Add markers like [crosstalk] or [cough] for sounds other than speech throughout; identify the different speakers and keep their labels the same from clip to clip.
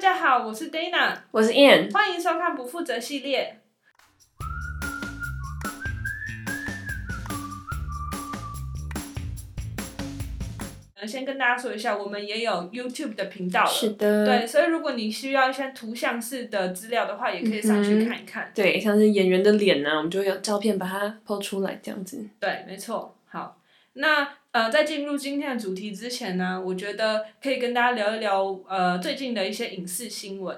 Speaker 1: 家好，我是 Dana，
Speaker 2: 我是 Ian，
Speaker 1: 欢迎收看不负责系列。呃，先跟大家说一下，我们也有 YouTube 的频道了。
Speaker 2: 是的，
Speaker 1: 对，所以如果你需要一些图像式的资料的话，也可以上去
Speaker 2: 嗯哼
Speaker 1: 看一看。
Speaker 2: 对像是演员的脸啊呢、我们就会用照片把它剖出来，这样子。
Speaker 1: 对，没错。好，那呃，在进入今天的主题之前呢，我觉得可以跟大家聊一聊呃最近的一些影视新闻。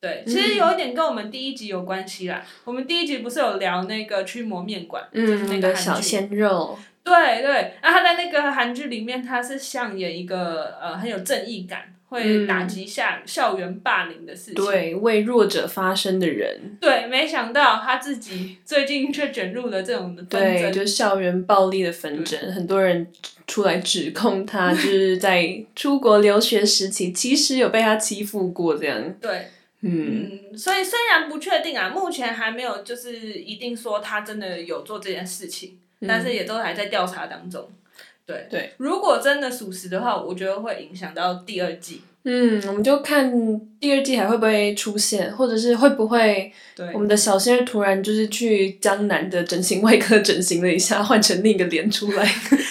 Speaker 1: 对，其实有一点跟我们第一集有关系啦。我们第一集不是有聊那个驱魔面馆，就是那
Speaker 2: 嗯那
Speaker 1: 个韩
Speaker 2: 个
Speaker 1: 剧
Speaker 2: 小鲜肉，
Speaker 1: 对对，那他在那个韩剧里面，他是上演一个呃很有正义感，会
Speaker 2: 嗯
Speaker 1: 打击下校园霸凌的事情。
Speaker 2: 对，为弱者发声的人，
Speaker 1: 对，没想到他自己最近却卷入了这种的纷
Speaker 2: 对，
Speaker 1: 争。
Speaker 2: 就是校园暴力的纷争，很多人出来指控他，就是在出国留学时期，其实有被他欺负过这样。
Speaker 1: 对，
Speaker 2: 嗯，
Speaker 1: 嗯，所以虽然不确定啊，目前还没有就是一定说他真的有做这件事情，但是也都还在调查当中。对
Speaker 2: 嗯对，
Speaker 1: 如果真的属实的话，我觉得会影响到第二季。
Speaker 2: 嗯，我们就看第二季还会不会出现，或者是会不会
Speaker 1: 对
Speaker 2: 我们的小鲜肉突然就是去江南的整形外科整形了一下，换成另一个脸出来。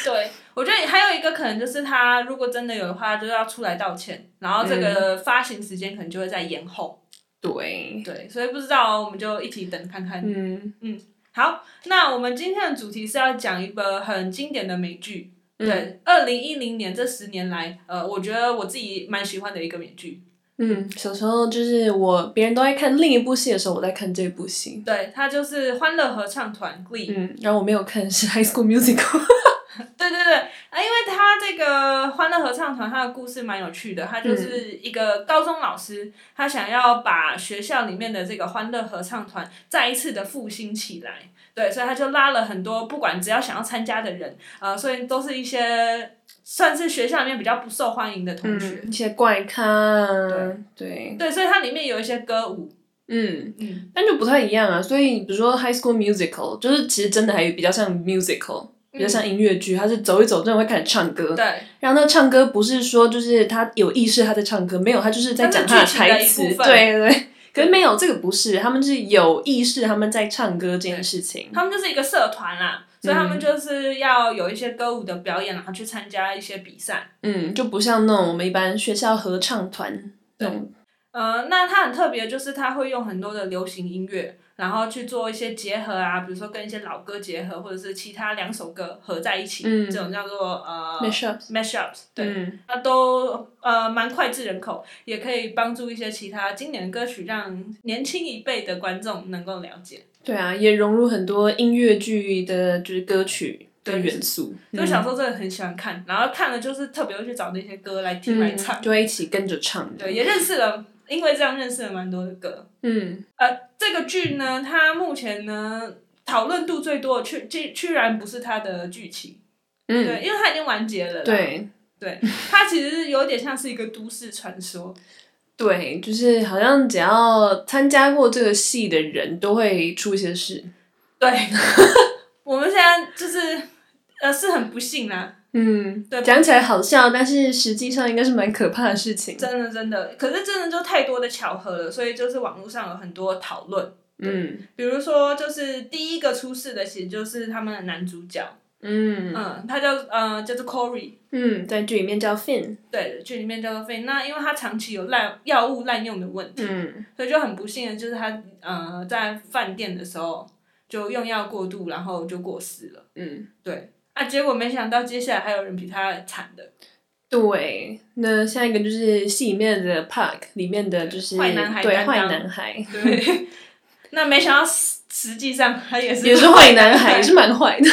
Speaker 1: 对，我觉得还有一个可能就是他如果真的有的话，就要出来道歉，然后这个
Speaker 2: 嗯
Speaker 1: 发行时间可能就会再延后。
Speaker 2: 对，
Speaker 1: 对，所以不知道哦，我们就一起等看看。
Speaker 2: 嗯，
Speaker 1: 好，那我们今天的主题是要讲一个很经典的美剧。
Speaker 2: 嗯
Speaker 1: 对，二零一零年这十年来，呃，我觉得我自己蛮喜欢的一个美剧。
Speaker 2: 嗯，小时候就是我，别人都在看另一部戏的时候，我在看这部戏。
Speaker 1: 对，它就是《欢乐合唱团》Glee。
Speaker 2: 嗯，然后我没有看是《High School Musical》。
Speaker 1: 对对对，啊，因为它这个《欢乐合唱团》它的故事蛮有趣的，它就是一个高中老师，他想要把学校里面的这个欢乐合唱团再一次的复兴起来。对，所以他就拉了很多，不管只要想要参加的人，呃，所以都是一些算是学校里面比较不受欢迎的同学。
Speaker 2: [laughs] 嗯，一些怪咖啊，对，
Speaker 1: 对，所以它里面有一些歌舞，
Speaker 2: 嗯，
Speaker 1: 嗯，
Speaker 2: 但就不太一样啊。所以比如说《High School Musical》，就是其实真的还比较像 musical，比较像音乐剧，它是走一走真的会开始唱歌。
Speaker 1: 对，
Speaker 2: 然后那唱歌不是说就是他有意识他在唱歌，没有，他就是在讲
Speaker 1: 它
Speaker 2: 他
Speaker 1: 是剧情的
Speaker 2: 台
Speaker 1: 一
Speaker 2: 词，
Speaker 1: 部分
Speaker 2: 对对对。可是没有，这个不是，他们是有意识他们在唱歌这件事情。
Speaker 1: 他们就是一个社团啦，所以他
Speaker 2: 嗯
Speaker 1: 们就是要有一些歌舞的表演，然后去参加一些比赛。
Speaker 2: 嗯，就不像那种我们一般学校合唱团那种。
Speaker 1: 呃，那它很特别，就是它会用很多的流行音乐，然后去做一些结合啊，比如说跟一些老歌结合，或者是其他两首歌合在一起，
Speaker 2: 嗯
Speaker 1: 这种叫做呃
Speaker 2: Mashups
Speaker 1: mashups，对，
Speaker 2: 嗯
Speaker 1: 那都呃蛮脍炙人口，也可以帮助一些其他经典的歌曲，让年轻一辈的观众能够了解。
Speaker 2: 对啊，也融入很多音乐剧的，就是歌曲的
Speaker 1: 对
Speaker 2: 元素。嗯
Speaker 1: 就小时候真的很喜欢看，然后看了就是特别会去找那些歌来听
Speaker 2: 嗯
Speaker 1: 来唱，
Speaker 2: 就会一起跟着唱。
Speaker 1: 对，，也认识了，因为这样认识了蛮多的歌。
Speaker 2: 嗯，
Speaker 1: 呃，这个剧呢，它目前呢讨论度最多的，却居居然不是它的剧情，
Speaker 2: 嗯
Speaker 1: 对，因为它已经完结了啦，
Speaker 2: 对
Speaker 1: 对，它其实是有点像是一个都市传说，
Speaker 2: 对，就是好像只要参加过这个戏的人都会出一些事。 [laughs]
Speaker 1: 对，我们现在就是呃是很不幸啦，
Speaker 2: 嗯，
Speaker 1: 对
Speaker 2: 讲起来好笑，但是实际上应该是蛮可怕的事情。
Speaker 1: 真的真的，可是真的就太多的巧合了，所以就是网络上有很多讨论。
Speaker 2: 嗯
Speaker 1: 比如说，就是第一个出事的，其实就是他们的男主角，
Speaker 2: 嗯
Speaker 1: 嗯，他叫呃叫做 Corey，
Speaker 2: 嗯，在剧里面叫 Fin。
Speaker 1: 对，剧里面叫做费。那因为他长期有滥药物滥用的问题，
Speaker 2: 嗯
Speaker 1: 所以就很不幸的就是他呃在饭店的时候就用药过度，然后就过世了。
Speaker 2: 嗯，
Speaker 1: 对，啊，结果没想到接下来还有人比他惨的，
Speaker 2: 对。那下一个就是戏里面的 Park 里面的就是
Speaker 1: 坏男孩
Speaker 2: 对
Speaker 1: 担当
Speaker 2: 坏男孩，
Speaker 1: 对。 [laughs] 那没想到实实际上他也是
Speaker 2: 也是坏男孩，也是蛮坏的。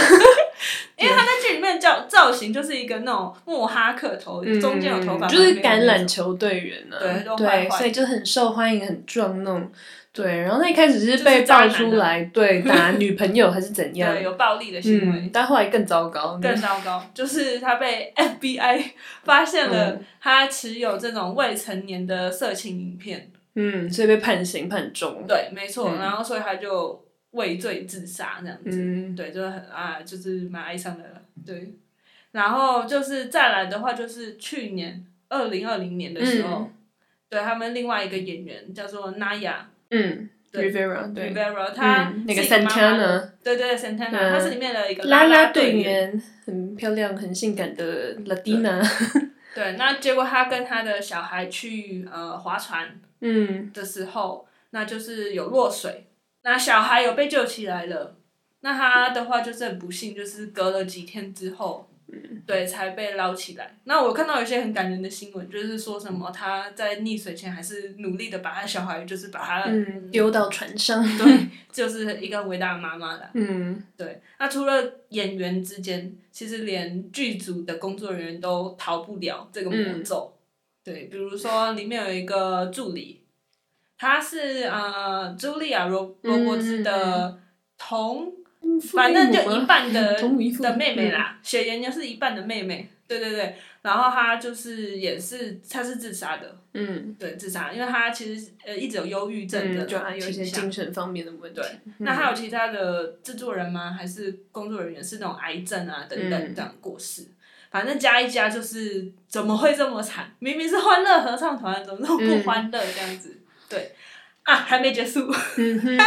Speaker 1: 因为他在剧里面的造造型就是一个那种莫哈克头，中间有头发，
Speaker 2: 嗯就是
Speaker 1: 旁边
Speaker 2: 橄
Speaker 1: 有那种
Speaker 2: 榄球队员啊，
Speaker 1: 对都
Speaker 2: 对，
Speaker 1: 坏坏
Speaker 2: 所以就很受欢迎，很壮那种。对，然后他一开始
Speaker 1: 就是是
Speaker 2: 被
Speaker 1: 渣
Speaker 2: 爆
Speaker 1: 男啊
Speaker 2: 出来，对，打女朋友还是怎
Speaker 1: [laughs]
Speaker 2: 样
Speaker 1: 对，有暴力的行为。
Speaker 2: 嗯，但后来更糟糕，
Speaker 1: 更糟糕，就是他被 FBI [laughs] 发现
Speaker 2: 嗯
Speaker 1: 了他持有这种未成年的色情影片，
Speaker 2: 嗯，所以被判刑判重。
Speaker 1: 对，没错，
Speaker 2: 嗯
Speaker 1: 然后所以他就畏罪自杀这样子，
Speaker 2: 嗯
Speaker 1: 对，就是很啊，就是蛮哀伤的了，对。然后就是再来的话，就是去年二零二零年的时候，对他们另外一个演员叫做 Naya
Speaker 2: 嗯
Speaker 1: 对
Speaker 2: ，Rivera 对，
Speaker 1: Rivera，他
Speaker 2: 嗯，那个
Speaker 1: 是一妈妈的
Speaker 2: Santana
Speaker 1: 对对 Santana，、
Speaker 2: 嗯
Speaker 1: 他是里面的一个
Speaker 2: 啦
Speaker 1: 啦
Speaker 2: 啦队
Speaker 1: 员。
Speaker 2: 员，很漂亮、很性感的 Latina， [laughs]
Speaker 1: 对，那结果他跟他的小孩去呃划船
Speaker 2: 嗯
Speaker 1: 的时候，那就是有落水，那小孩有被救起来了。那他的话就是很不幸，就是隔了几天之后，对，才被捞起来。那我看到有一些很感人的新闻，就是说什么他在溺水前还是努力的把他小孩，就是把他，
Speaker 2: 嗯，丢到船上，
Speaker 1: [laughs] 对，就是一个伟大的妈妈啦。
Speaker 2: 嗯
Speaker 1: 对，那除了演员之间，其实连剧组的工作人员都逃不了这个
Speaker 2: 嗯
Speaker 1: 魔咒。对，比如说里面有一个助理，他是呃茱莉亚罗罗伯兹
Speaker 2: 嗯
Speaker 1: 的同，反正就一半的
Speaker 2: [laughs] 同嗯母异父
Speaker 1: 的妹妹啦，雪妍就是一半的妹妹。对对对，然后她就是也是她是自杀的，
Speaker 2: 嗯，
Speaker 1: 对自杀，因为她其实呃一直有忧郁症的
Speaker 2: 嗯，就还有一些
Speaker 1: 倾向
Speaker 2: 精神方面的问题嗯
Speaker 1: 对，那还有其他的制作人吗？还是工作人员是那种癌症啊等等
Speaker 2: 嗯
Speaker 1: 这样过世？反正加一加就是怎么会这么惨？明明是欢乐合唱团，怎么那么不欢乐这样子？对啊，还没结束，[laughs]
Speaker 2: 嗯哼。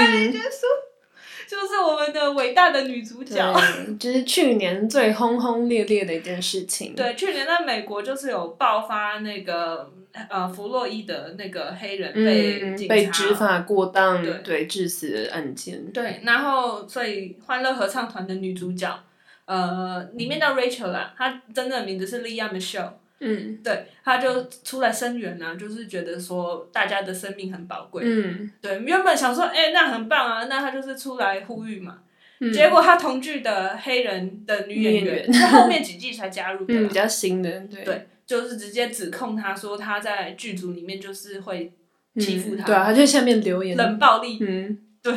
Speaker 1: 就是我们的伟大的女主角。
Speaker 2: 对，就是去年最轰轰烈烈的一件事情。，
Speaker 1: 对，去年在美国就是有爆发那个呃弗洛伊德那个黑人被
Speaker 2: 嗯，
Speaker 1: 警察、
Speaker 2: 被执法过当
Speaker 1: 对
Speaker 2: 对致死的案件。
Speaker 1: 对，然后所以《欢乐合唱团》的女主角，呃，里面叫 Rachel 啦，她真正的名字是 Lia Michelle，
Speaker 2: 嗯
Speaker 1: 对，她就出来声援啊，就是觉得说大家的生命很宝贵，
Speaker 2: 嗯
Speaker 1: 对，原本想说，哎、那很棒啊，那她就是出来呼吁嘛，
Speaker 2: 嗯，
Speaker 1: 结果她同剧的黑人的女演
Speaker 2: 女演
Speaker 1: 员
Speaker 2: 员
Speaker 1: 是后面几季才加入的啦、
Speaker 2: 嗯比较新的，对
Speaker 1: 啊对就是直接指控她说她在剧组里面就是会欺负
Speaker 2: 嗯
Speaker 1: 她
Speaker 2: 对啊，他就在下面留言，
Speaker 1: 冷暴力，
Speaker 2: 嗯
Speaker 1: [laughs] 对，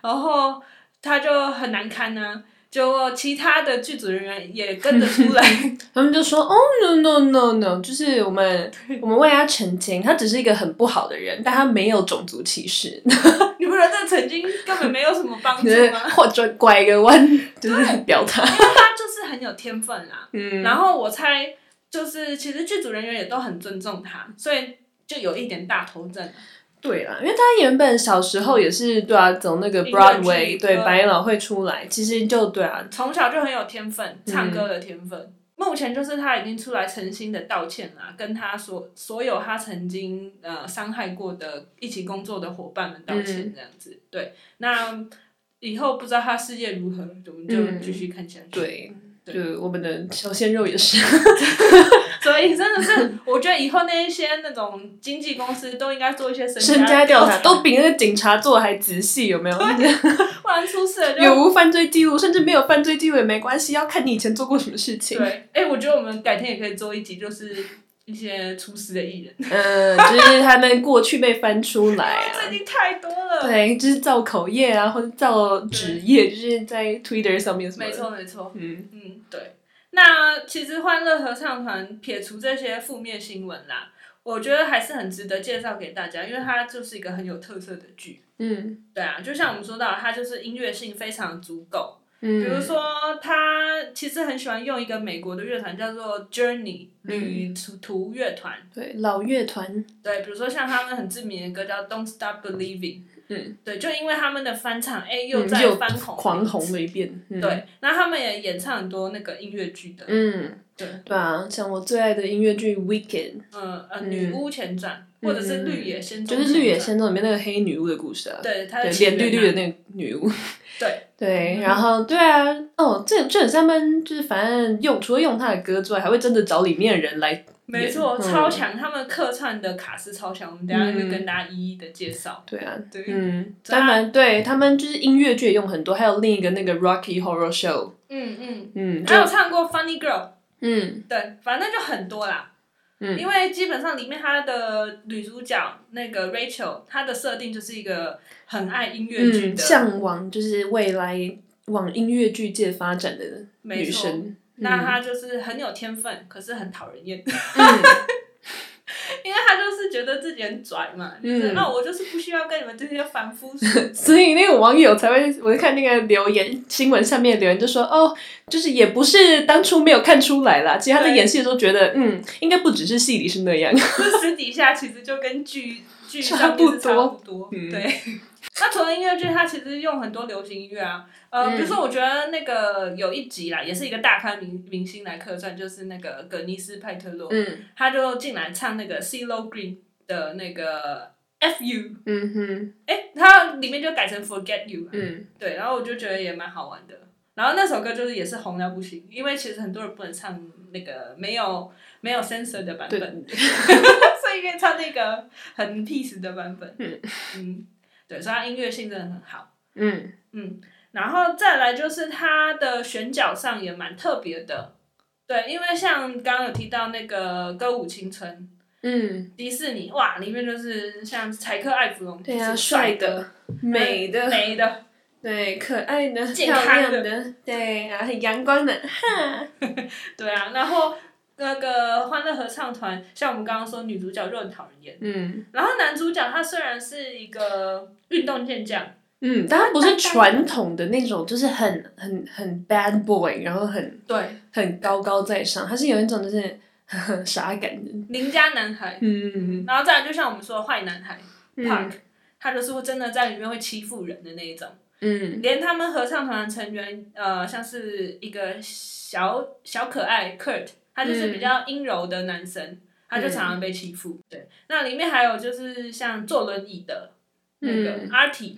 Speaker 1: 然后他就很难堪呢、就其他的剧组人员也跟着出来，
Speaker 2: 他们就说哦 no no no no，就是我们我们为他澄清，他只是一个很不好的人，但他没有种族歧视，
Speaker 1: 你不觉得这曾经根本没有什么帮助
Speaker 2: [laughs] 就是
Speaker 1: 吗？ [laughs]
Speaker 2: 或者拐一个弯， [laughs] 就是表达，
Speaker 1: 他就是很有天分啊。
Speaker 2: 嗯，
Speaker 1: 然后我猜，就是其实剧组人员也都很尊重他，所以就有一点大头症。
Speaker 2: 对啦，因为他原本小时候也是对啊，走那个
Speaker 1: 音乐剧嗯
Speaker 2: Broadway
Speaker 1: 对
Speaker 2: 对百老汇出来，其实就对啊，
Speaker 1: 从小就很有天分，唱歌的天分。目前就是他已经出来诚心的道歉啦，跟他所所有他曾经呃伤害过的一起工作的伙伴们道歉，这样子。
Speaker 2: 嗯
Speaker 1: 对，那以后不知道他事业如何，我们就
Speaker 2: 嗯
Speaker 1: 继续看下去。，
Speaker 2: 对，
Speaker 1: 对
Speaker 2: 就我们的小鲜肉也是，
Speaker 1: 所以真的是， [laughs] 我觉得以后那一些那种经纪公司都应该做一些
Speaker 2: 身家调查都比那个警察做的还仔细，有没有？
Speaker 1: 不然出事了就
Speaker 2: [laughs] 有无犯罪记录，甚至没有犯罪记录也没关系，要看你以前做过什么事情。
Speaker 1: 对。哎、我觉得我们改天也可以做一集，就是一些出事的艺人，
Speaker 2: [laughs] 嗯，就是他们过去被翻出来
Speaker 1: 最 [laughs]
Speaker 2: 啊，
Speaker 1: 近太多了。
Speaker 2: 对，就是造口业啊，或者造职业，就是在 Twitter 上面什么
Speaker 1: 没
Speaker 2: 的。
Speaker 1: 错，没错。
Speaker 2: 嗯
Speaker 1: 嗯，对。那其实欢乐合唱团撇除这些负面新闻啦，我觉得还是很值得介绍给大家，因为它就是一个很有特色的剧。
Speaker 2: 嗯
Speaker 1: 对啊，就像我们说到，它就是音乐性非常足够。比
Speaker 2: 嗯，
Speaker 1: 如说，他其实很喜欢用一个美国的乐团叫做 Journey
Speaker 2: 嗯
Speaker 1: 旅途乐团。
Speaker 2: 对老乐团，
Speaker 1: 对，比如说像他们很知名的歌叫《Don't Stop Believing》。
Speaker 2: 嗯，
Speaker 1: 对，就因为他们的翻唱，哎，又
Speaker 2: 嗯
Speaker 1: 在
Speaker 2: 又
Speaker 1: 翻红、
Speaker 2: 狂红。了一遍。嗯、
Speaker 1: 对，那他们也演唱很多那个音乐剧的。
Speaker 2: 嗯，
Speaker 1: 对
Speaker 2: 对啊，像我最爱的音乐剧《Weekend
Speaker 1: 呃呃，
Speaker 2: 嗯
Speaker 1: 女巫前传，或者是绿野仙》，踪，
Speaker 2: 就是《绿野，仙踪》里面那个黑女巫的故事啊，
Speaker 1: 对，它
Speaker 2: 对，
Speaker 1: 的起源
Speaker 2: 脸
Speaker 1: 啊
Speaker 2: 绿绿的，那个女巫。
Speaker 1: 对
Speaker 2: [laughs] 对，
Speaker 1: 嗯
Speaker 2: 然后对啊，哦，这这很像他们就是反正用除了用他的歌之外，还会真的找里面的人来。
Speaker 1: 没错，
Speaker 2: 嗯
Speaker 1: 超强，他们客串的卡斯超强，我们等一下
Speaker 2: 嗯
Speaker 1: 会跟大家一一的介绍。
Speaker 2: 对啊，
Speaker 1: 对，
Speaker 2: 嗯，
Speaker 1: 对啊
Speaker 2: 当然对他们就是音乐剧也用很多，还有另一个那个 Rocky Horror Show，
Speaker 1: 嗯嗯，
Speaker 2: 嗯，就
Speaker 1: 还有唱过《Funny Girl
Speaker 2: 嗯》，
Speaker 1: 对，反正就很多啦。
Speaker 2: 嗯
Speaker 1: 因为基本上里面她的女主角那个 Rachel，她的设定就是一个很爱音乐剧
Speaker 2: 嗯，
Speaker 1: 的，
Speaker 2: 向往就是未来往音乐剧界发展的
Speaker 1: 没
Speaker 2: 女
Speaker 1: 错
Speaker 2: 生。嗯
Speaker 1: [laughs] 那她就是很有天分，可是很讨人厌。
Speaker 2: 嗯
Speaker 1: 因为他就是就是觉得自己很拽嘛，就是啊，我就是不需要跟你们这些凡夫
Speaker 2: [laughs]
Speaker 1: 俗子
Speaker 2: 所以那个网友才会，我就看那个留言新闻下面留言就说，哦，就是也不是当初没有看出来啦，其实他在
Speaker 1: 对
Speaker 2: 演戏的时候觉得，嗯，应该不只是戏里是那样。
Speaker 1: 就私底下其实就跟剧剧
Speaker 2: 差
Speaker 1: 上面是
Speaker 2: 不
Speaker 1: 差
Speaker 2: 多
Speaker 1: 不多，
Speaker 2: 嗯
Speaker 1: 对。 [laughs] 那除了音乐剧，它其实用很多流行音乐啊，呃，
Speaker 2: 嗯
Speaker 1: 比如说我觉得那个有一集啦，也是一个大咖明明星来客串，就是那个葛尼斯派特洛，
Speaker 2: 嗯
Speaker 1: 他就进来唱那个 C Lo Green 的那个 F U，
Speaker 2: 嗯哼
Speaker 1: 哎，他里面就改成 Forget You，啊、
Speaker 2: 嗯，
Speaker 1: 对，然后我就觉得也蛮好玩的。然后那首歌就是也是红到不行，因为其实很多人不能唱那个没有没有 censor 的版
Speaker 2: 对
Speaker 1: 本， [laughs] 所以可以唱那个很 peace 的版本。
Speaker 2: 嗯
Speaker 1: 嗯对，所以它音乐性真的很好。
Speaker 2: 嗯
Speaker 1: 嗯，然后再来就是它的选角上也蛮特别的。对，因为像刚刚有提到那个《歌舞青春
Speaker 2: 嗯，》，
Speaker 1: 迪士尼哇，里面就是像柴克·艾弗隆，
Speaker 2: 对呀、
Speaker 1: 呀、
Speaker 2: 帅
Speaker 1: 的、
Speaker 2: 的、美
Speaker 1: [laughs]
Speaker 2: 的、
Speaker 1: 美的，
Speaker 2: 对可爱的、
Speaker 1: 健
Speaker 2: 漂
Speaker 1: 康的
Speaker 2: 亮的，对啊，很阳光的，哈，
Speaker 1: 对啊。然后那个欢乐合唱团，像我们刚刚说，女主角就很讨人厌，
Speaker 2: 嗯
Speaker 1: 然后男主角他虽然是一个运动健将。
Speaker 2: 嗯，但他不是传统的那种，就是很很很 bad boy，然后很
Speaker 1: 对，
Speaker 2: 很高高在上，他是有一种就是 [laughs] 呵呵傻感的，
Speaker 1: 邻家男孩，
Speaker 2: 嗯
Speaker 1: 然后再来就像我们说的坏男孩
Speaker 2: 嗯
Speaker 1: Park，、他就是会真的在里面会欺负人的那一种，
Speaker 2: 嗯
Speaker 1: 连他们合唱团的成员，呃，像是一个小小可爱 Kurt，他就是
Speaker 2: 嗯
Speaker 1: 比较阴柔的男生。他就常常被欺负，对。那里面还有就是像坐轮椅的那个
Speaker 2: 嗯
Speaker 1: Artie，、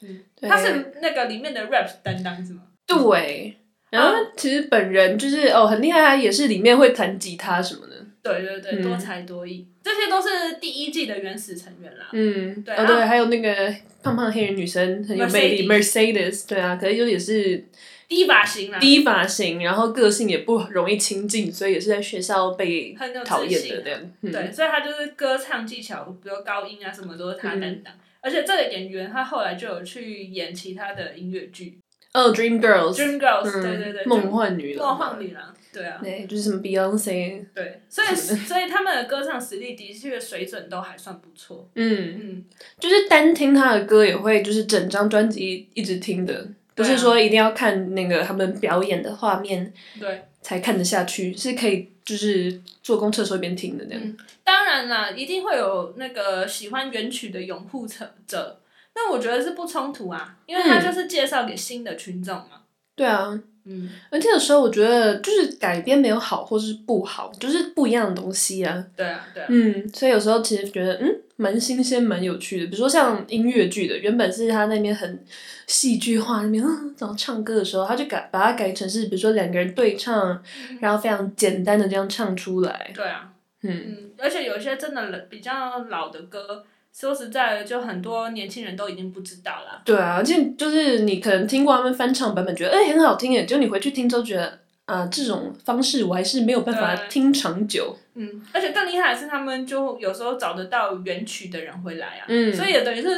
Speaker 2: 对
Speaker 1: 他是那个里面的 rap 担当是吗？
Speaker 2: 对。然后
Speaker 1: 嗯
Speaker 2: 其实本人就是哦很厉害，他也是里面会弹吉他什么的。
Speaker 1: 对对对，
Speaker 2: 嗯
Speaker 1: 多才多艺，这些都是第一季的原始成员啦。
Speaker 2: 嗯，
Speaker 1: 对
Speaker 2: 哦
Speaker 1: 啊
Speaker 2: 对，还有那个胖胖黑人女生很有魅力，Mercedes，对啊，可是就也是
Speaker 1: 低把型啦，
Speaker 2: 低发型，然后个性也不容易亲近，所以也是在学校被
Speaker 1: 很有自
Speaker 2: 讨厌
Speaker 1: 信
Speaker 2: 的
Speaker 1: 啊
Speaker 2: 这样。嗯，
Speaker 1: 对，所以他就是歌唱技巧，比如高音啊什么都是他担
Speaker 2: 嗯
Speaker 1: 当。而且这个演员他后来就有去演其他的音乐剧
Speaker 2: 哦
Speaker 1: 《
Speaker 2: ，Dream Girls，
Speaker 1: Dream Girls》，
Speaker 2: 嗯
Speaker 1: 对对对，
Speaker 2: 梦幻女
Speaker 1: 就
Speaker 2: 郎，
Speaker 1: 梦幻女郎，对啊，
Speaker 2: 对，就是什么 Beyonce，
Speaker 1: 对，所以所以他们的歌唱实力的确水准都还算不错，
Speaker 2: 嗯，
Speaker 1: 嗯，
Speaker 2: 就是单听她的歌也会就是整张专辑一直听的，不
Speaker 1: 对
Speaker 2: 是
Speaker 1: 啊
Speaker 2: 说一定要看那个他们表演的画面
Speaker 1: 对。
Speaker 2: 才看得下去，是可以就是坐公车的时候一边听的那样。
Speaker 1: 当然啦，一定会有那个喜欢原曲的拥护者者，那我觉得是不冲突啊，因为他
Speaker 2: 嗯
Speaker 1: 就是介绍给新的群众嘛，
Speaker 2: 对啊，
Speaker 1: 嗯，
Speaker 2: 而且有时候我觉得，就是改编没有好或是不好，就是不一样的东西啊。
Speaker 1: 对啊，对啊，
Speaker 2: 嗯，所以有时候其实觉得，嗯，蛮新鲜、蛮有趣的。比如说像音乐剧的，原本是他那边很戏剧化，那边嗯，然后唱歌的时候，他就改把它改成是，比如说两个人对唱，
Speaker 1: 嗯
Speaker 2: 然后非常简单的这样唱出来。
Speaker 1: 对啊，
Speaker 2: 嗯
Speaker 1: 嗯，而且有些真的老比较老的歌，说实在的，就很多年轻人都已经不知道啦。
Speaker 2: 对啊，而且就是你可能听过他们翻唱版本，觉得哎、很好听耶，就你回去听之后觉得啊，这种方式我还是没有办法
Speaker 1: 对
Speaker 2: 听长久。
Speaker 1: 嗯，而且更厉害的是，他们就有时候找得到原曲的人回来啊，
Speaker 2: 嗯
Speaker 1: 所以也等于是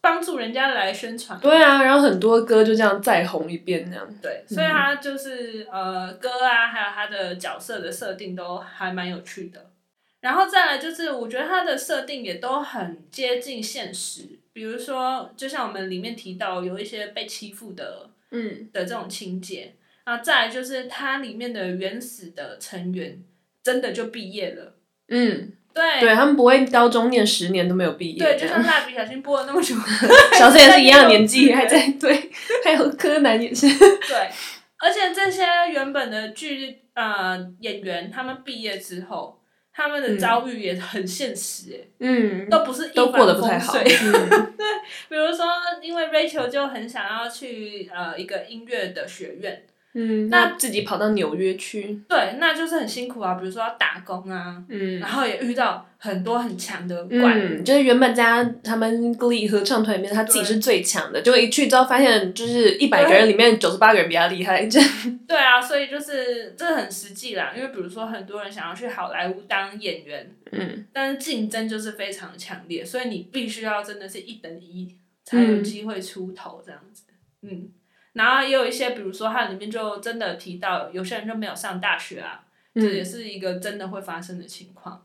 Speaker 1: 帮助人家来宣传。
Speaker 2: 对啊，然后很多歌就这样再红一遍那样。
Speaker 1: 对，所以他就是、呃歌啊，还有他的角色的设定都还蛮有趣的。然后再来就是，我觉得他的设定也都很接近现实，比如说，就像我们里面提到有一些被欺负的
Speaker 2: 嗯
Speaker 1: 的这种情节。啊，再来就是它里面的原始的成员真的就毕业了，
Speaker 2: 嗯，
Speaker 1: 对
Speaker 2: 对他们不会高中念十年都没有毕业，
Speaker 1: 对，
Speaker 2: 这
Speaker 1: 就
Speaker 2: 样
Speaker 1: 像蜡笔小新播了那么久，
Speaker 2: [laughs] 小时候也是一样的年纪，
Speaker 1: 对
Speaker 2: 还在对，还有柯南也是，
Speaker 1: 对，而且这些原本的剧呃演员，他们毕业之后，他们的
Speaker 2: 嗯
Speaker 1: 遭遇也很现实，哎、
Speaker 2: 嗯，
Speaker 1: 都不是一
Speaker 2: 都
Speaker 1: 帆
Speaker 2: 过得不太
Speaker 1: 风
Speaker 2: 好，
Speaker 1: 水
Speaker 2: 嗯
Speaker 1: [laughs] 比如说，因为 Rachel 就很想要去呃一个音乐的学院， [laughs]
Speaker 2: 嗯，那自己跑到纽约去，
Speaker 1: 对，那就是很辛苦啊，比如说要打工啊，
Speaker 2: 嗯
Speaker 1: 然。后也遇到很多很强的怪物。
Speaker 2: 嗯，就是原本在他他们 Glee 合唱团里面，他自己是最强的，结果一去之后发现，就是一百个人里面九十八个人比他厉害，这样
Speaker 1: 对啊，所以就是这很实际啦，因为比如说很多人想要去好莱坞当演员，
Speaker 2: 嗯，
Speaker 1: 但是竞争就是非常强烈，所以你必须要真的是一等一才有机会出头这样子，嗯。然后也有一些，比如说它里面就真的提到，有些人就没有上大学啊，这也
Speaker 2: 嗯
Speaker 1: 是一个真的会发生的情况。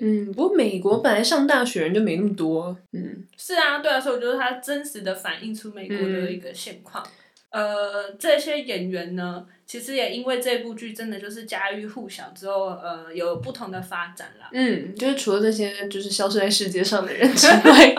Speaker 2: 嗯，不过美国本来上大学人就没那么多，嗯，
Speaker 1: 是啊，对啊，所以我觉得它真实的反映出美国的一个现况。呃，这些演员呢，其实也因为这部剧真的就是家喻户晓之后，呃，有不同的发展啦。
Speaker 2: 嗯，就是除了这些就是消失在世界上的人之 [laughs] 外，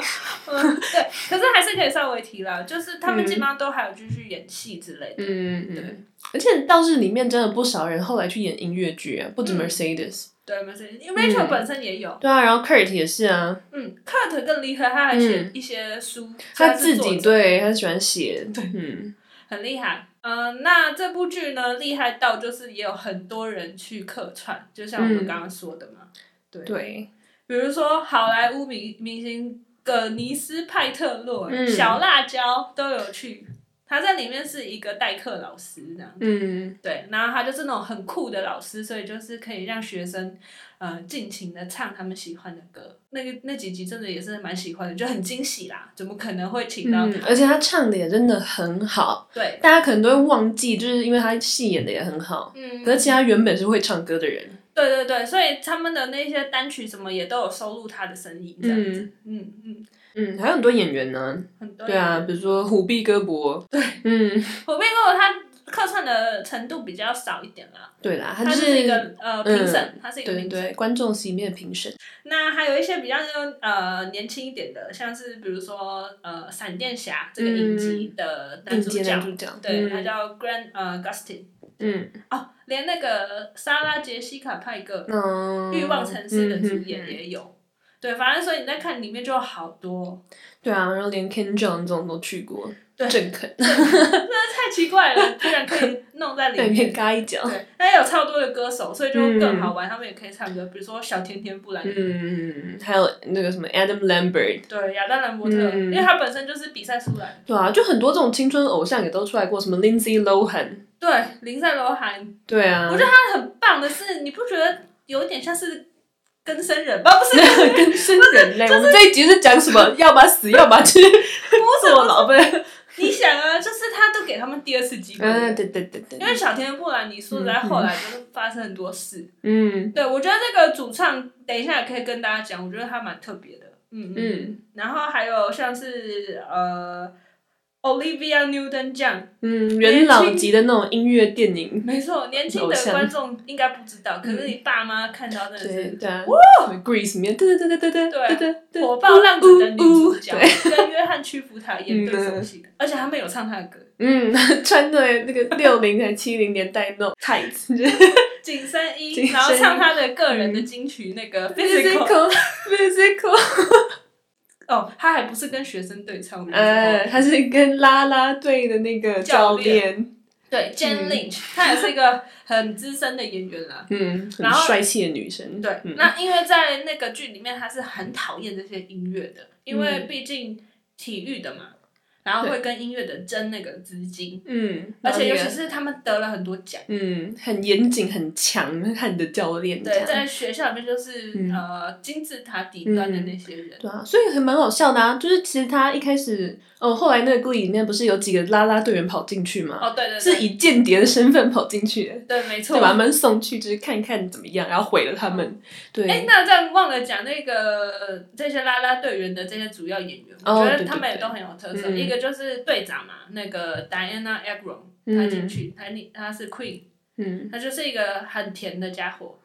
Speaker 1: 嗯， [laughs] 对，可是还是可以稍微提啦，就是他们
Speaker 2: 嗯
Speaker 1: 基本上都还有继续演戏之类的。
Speaker 2: 嗯
Speaker 1: 对
Speaker 2: 嗯，而且倒是里面真的不少人后来去演音乐剧啊，不止
Speaker 1: 嗯
Speaker 2: Mercedes，、
Speaker 1: 对，Mercedes，因为 Rachel
Speaker 2: 嗯
Speaker 1: 本身也有，
Speaker 2: 对啊，然后 Kurt 也是啊，
Speaker 1: 嗯，Kurt 更厉害，他还写一些书，
Speaker 2: 嗯他
Speaker 1: 是
Speaker 2: 自
Speaker 1: 作
Speaker 2: 己
Speaker 1: 者
Speaker 2: 对他喜欢写，嗯，
Speaker 1: 很厉害。呃，那这部剧呢，厉害到就是也有很多人去客串，就像我们
Speaker 2: 嗯
Speaker 1: 刚刚说的嘛，对，
Speaker 2: 对，
Speaker 1: 比如说好莱坞明明星葛尼斯派特洛、
Speaker 2: 嗯
Speaker 1: 小辣椒都有去，他在里面是一个代课老师这样。
Speaker 2: 嗯，
Speaker 1: 对，然后他就是那种很酷的老师，所以就是可以让学生，呃，尽情的唱他们喜欢的歌。那个那几集真的也是蛮喜欢的，就很惊喜啦，怎么可能会请到他？
Speaker 2: 嗯，而且他唱的也真的很好，
Speaker 1: 对，
Speaker 2: 大家可能都会忘记，就是因为他戏演的也很好，
Speaker 1: 嗯，
Speaker 2: 可是其实他原本是会唱歌的人，
Speaker 1: 对对对，所以他们的那些单曲什么也都有收录他的声音，这样子，嗯嗯
Speaker 2: 嗯，还有很多演员呢，
Speaker 1: 很多
Speaker 2: 对啊，比如说虎臂哥博，对，嗯，
Speaker 1: 火并购他客串的程度比较少一点啦，
Speaker 2: 对啦，
Speaker 1: 他
Speaker 2: 就
Speaker 1: 一个呃评审，他是一个
Speaker 2: 对对
Speaker 1: 评审。
Speaker 2: 对，观众席里面的评审，
Speaker 1: 那还有一些比较呃年轻一点的，像是比如说呃闪电侠这个影集的男
Speaker 2: 顶
Speaker 1: 主
Speaker 2: 尖
Speaker 1: 角，
Speaker 2: 男主角，
Speaker 1: 对，他
Speaker 2: 嗯
Speaker 1: 叫 Grant 呃 Gustin
Speaker 2: 嗯
Speaker 1: 哦，连那个莎拉杰西卡派克《
Speaker 2: 嗯，
Speaker 1: 欲望城市》的主演
Speaker 2: 嗯嗯嗯
Speaker 1: 也有。对，反正所以你在看里面就有好多，
Speaker 2: 对啊，然后连 Ken John 这种都去过，
Speaker 1: 对
Speaker 2: 郑肯，
Speaker 1: 太奇怪了，居然可以弄在
Speaker 2: [laughs] 对，
Speaker 1: 里
Speaker 2: 面
Speaker 1: 面。
Speaker 2: 嘎一
Speaker 1: [laughs]
Speaker 2: 脚，
Speaker 1: 对，那也有超多的歌手，所以就更好玩。他们也可以唱歌，比如说小甜甜布兰妮，
Speaker 2: 嗯，还有那个什么 Adam Lambert。
Speaker 1: 对，亚当兰伯特，
Speaker 2: 嗯
Speaker 1: 因为他本身就是比赛出来的。
Speaker 2: 对啊，就很多这种青春偶像也都出来过，什么 Lindsay Lohan，
Speaker 1: 对，林赛罗韩
Speaker 2: 对啊，
Speaker 1: 我觉得他很棒的是，你不觉得有点像是更生人 [laughs] 吧？不是，不
Speaker 2: 跟生人类，我们这一集是讲什么？要么死，要么去
Speaker 1: 是
Speaker 2: 坐牢呗。
Speaker 1: 你想啊，就是他都给他们第二次机会。
Speaker 2: 嗯，对对对对
Speaker 1: 因，为小天布兰妮说实在，后来就是发生很多事。
Speaker 2: 嗯
Speaker 1: 对，我觉得这个主唱，等一下也可以跟大家讲，我觉得他蛮特别的。嗯嗯。
Speaker 2: 嗯
Speaker 1: 然后还有像是呃，Olivia Newton John，
Speaker 2: 嗯，元老级的那种音乐电影，
Speaker 1: 没错，年轻
Speaker 2: 偶
Speaker 1: 的
Speaker 2: 像
Speaker 1: 观众应该不知
Speaker 2: 嗯
Speaker 1: 道，可是你爸妈看到真的
Speaker 2: 对
Speaker 1: 是
Speaker 2: 对啊什么，Grease 里面，对对对对对对对对，
Speaker 1: 火爆浪子的女主角，
Speaker 2: 对，
Speaker 1: 跟约翰·屈服塔演对手戏的，而且他们有唱他的歌，
Speaker 2: 嗯，穿的那个六零还七零年代那种 tights，就是
Speaker 1: 紧身衣
Speaker 2: 紧，身衣
Speaker 1: 然后唱他的个人的金曲那个 Physical，
Speaker 2: musical musical，
Speaker 1: 哦，他还不是跟学生对唱，我觉得
Speaker 2: 呃，他是跟啦啦队的那个
Speaker 1: 教
Speaker 2: 教
Speaker 1: 练
Speaker 2: 练，
Speaker 1: 对，Jen
Speaker 2: 嗯
Speaker 1: Lynch，她也是一个很资深的演员啦。
Speaker 2: 嗯，很
Speaker 1: 然后
Speaker 2: 帅气的女生，
Speaker 1: 对，
Speaker 2: 嗯
Speaker 1: 那因为在那个剧里面，他是很讨厌这些音乐的，因为
Speaker 2: 嗯
Speaker 1: 毕竟体育的嘛，然后会跟音乐的争那个资金，
Speaker 2: 嗯，
Speaker 1: 而且尤
Speaker 2: 然
Speaker 1: 其
Speaker 2: 后那个
Speaker 1: 是他们得了很多奖。
Speaker 2: 嗯，很严谨、很强悍的教练这
Speaker 1: 对，
Speaker 2: 样。
Speaker 1: 在学校里面就是、
Speaker 2: 嗯
Speaker 1: 呃金字塔底端的那些人，
Speaker 2: 对啊，所以还蛮好笑的啊！就是其实他一开始，哦，后来那个 Glee 里面不是有几个啦啦队员跑进去嘛，
Speaker 1: 哦，对对对，
Speaker 2: 是以间谍的身份跑进去的，
Speaker 1: 对，没错
Speaker 2: 就。把他们送去，就是看看怎么样，然后毁了他们。
Speaker 1: 哎
Speaker 2: 对，，
Speaker 1: 那这样忘了讲那个呃这些啦啦队员的这些主要演员，我
Speaker 2: 哦
Speaker 1: 觉
Speaker 2: 对
Speaker 1: 得
Speaker 2: 对
Speaker 1: 他们也
Speaker 2: 对
Speaker 1: 都很有特色。
Speaker 2: 嗯
Speaker 1: 一个就是队长嘛，那个 Diana e g r o n
Speaker 2: 嗯
Speaker 1: 她进去，她你她是 Queen，
Speaker 2: 嗯，
Speaker 1: 她就是一个很甜的家伙。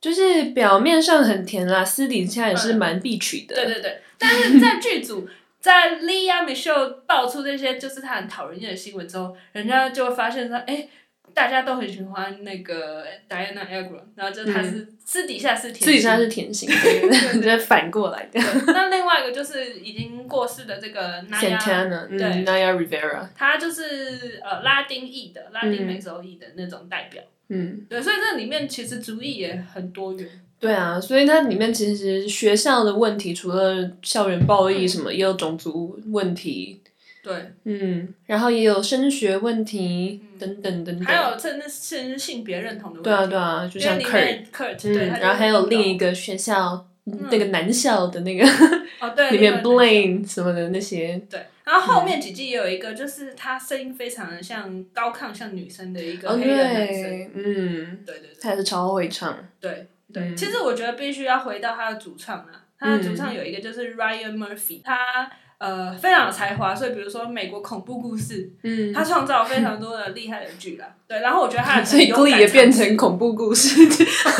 Speaker 2: 就是表面上很甜啦，私底下也是蛮必取
Speaker 1: 嗯
Speaker 2: 的。
Speaker 1: 对对对，但是在剧组。 [laughs] 在 Lia Michelle 爆出这些就是她很讨人厌的新闻之后，人家就会发现说，哎、大家都很喜欢那个 Diana e g r o n 然后就是她是、私底下是甜心，
Speaker 2: 嗯私底下是甜心，对对对， [laughs] 就是反过来
Speaker 1: [laughs]
Speaker 2: 的。
Speaker 1: 对那另外一个就是已经过世的这个 Naya，
Speaker 2: Santana，嗯
Speaker 1: 对
Speaker 2: ，Naya Rivera，
Speaker 1: 他就是呃拉丁裔的、拉丁美洲裔的那种代表。
Speaker 2: 嗯，
Speaker 1: 对，所以这里面其实族裔也很多元。
Speaker 2: 对啊，所以它里面其实学校的问题，除了校园暴力什么，也有种族问题，
Speaker 1: 对，
Speaker 2: 嗯，然后也有升学问题、
Speaker 1: 嗯
Speaker 2: 等等等等。
Speaker 1: 还有甚至甚至性别认同的问题。
Speaker 2: 对啊对啊，就像
Speaker 1: 因为里
Speaker 2: Kurt，
Speaker 1: 面 Kurt，
Speaker 2: 嗯，
Speaker 1: 对，他就是
Speaker 2: 然后还有另一
Speaker 1: 个
Speaker 2: 个学校、
Speaker 1: 嗯
Speaker 2: 那个男校的那个
Speaker 1: 哦，对，
Speaker 2: [laughs] 里面嗯
Speaker 1: 另外一个
Speaker 2: Blaine 什么的那些，
Speaker 1: 对，然后后面几季也有一个，就是他声音非常的像高亢，像女生的一个
Speaker 2: 哦
Speaker 1: 黑人男生。
Speaker 2: 对，嗯，
Speaker 1: 对对对
Speaker 2: 他也是超会唱，
Speaker 1: 对，对，
Speaker 2: 嗯
Speaker 1: 其实我觉得必须要回到他的主唱啊，他的主唱有一个就是
Speaker 2: 嗯
Speaker 1: Ryan Murphy，他呃非常有才华，所以比如说美国恐怖故事，
Speaker 2: 嗯，
Speaker 1: 他创造了非常多的厉害的剧
Speaker 2: [laughs]
Speaker 1: 啦。对，然后我觉得他
Speaker 2: 所以
Speaker 1: 故
Speaker 2: 故意
Speaker 1: 意
Speaker 2: 也变成恐怖故事。
Speaker 1: [laughs]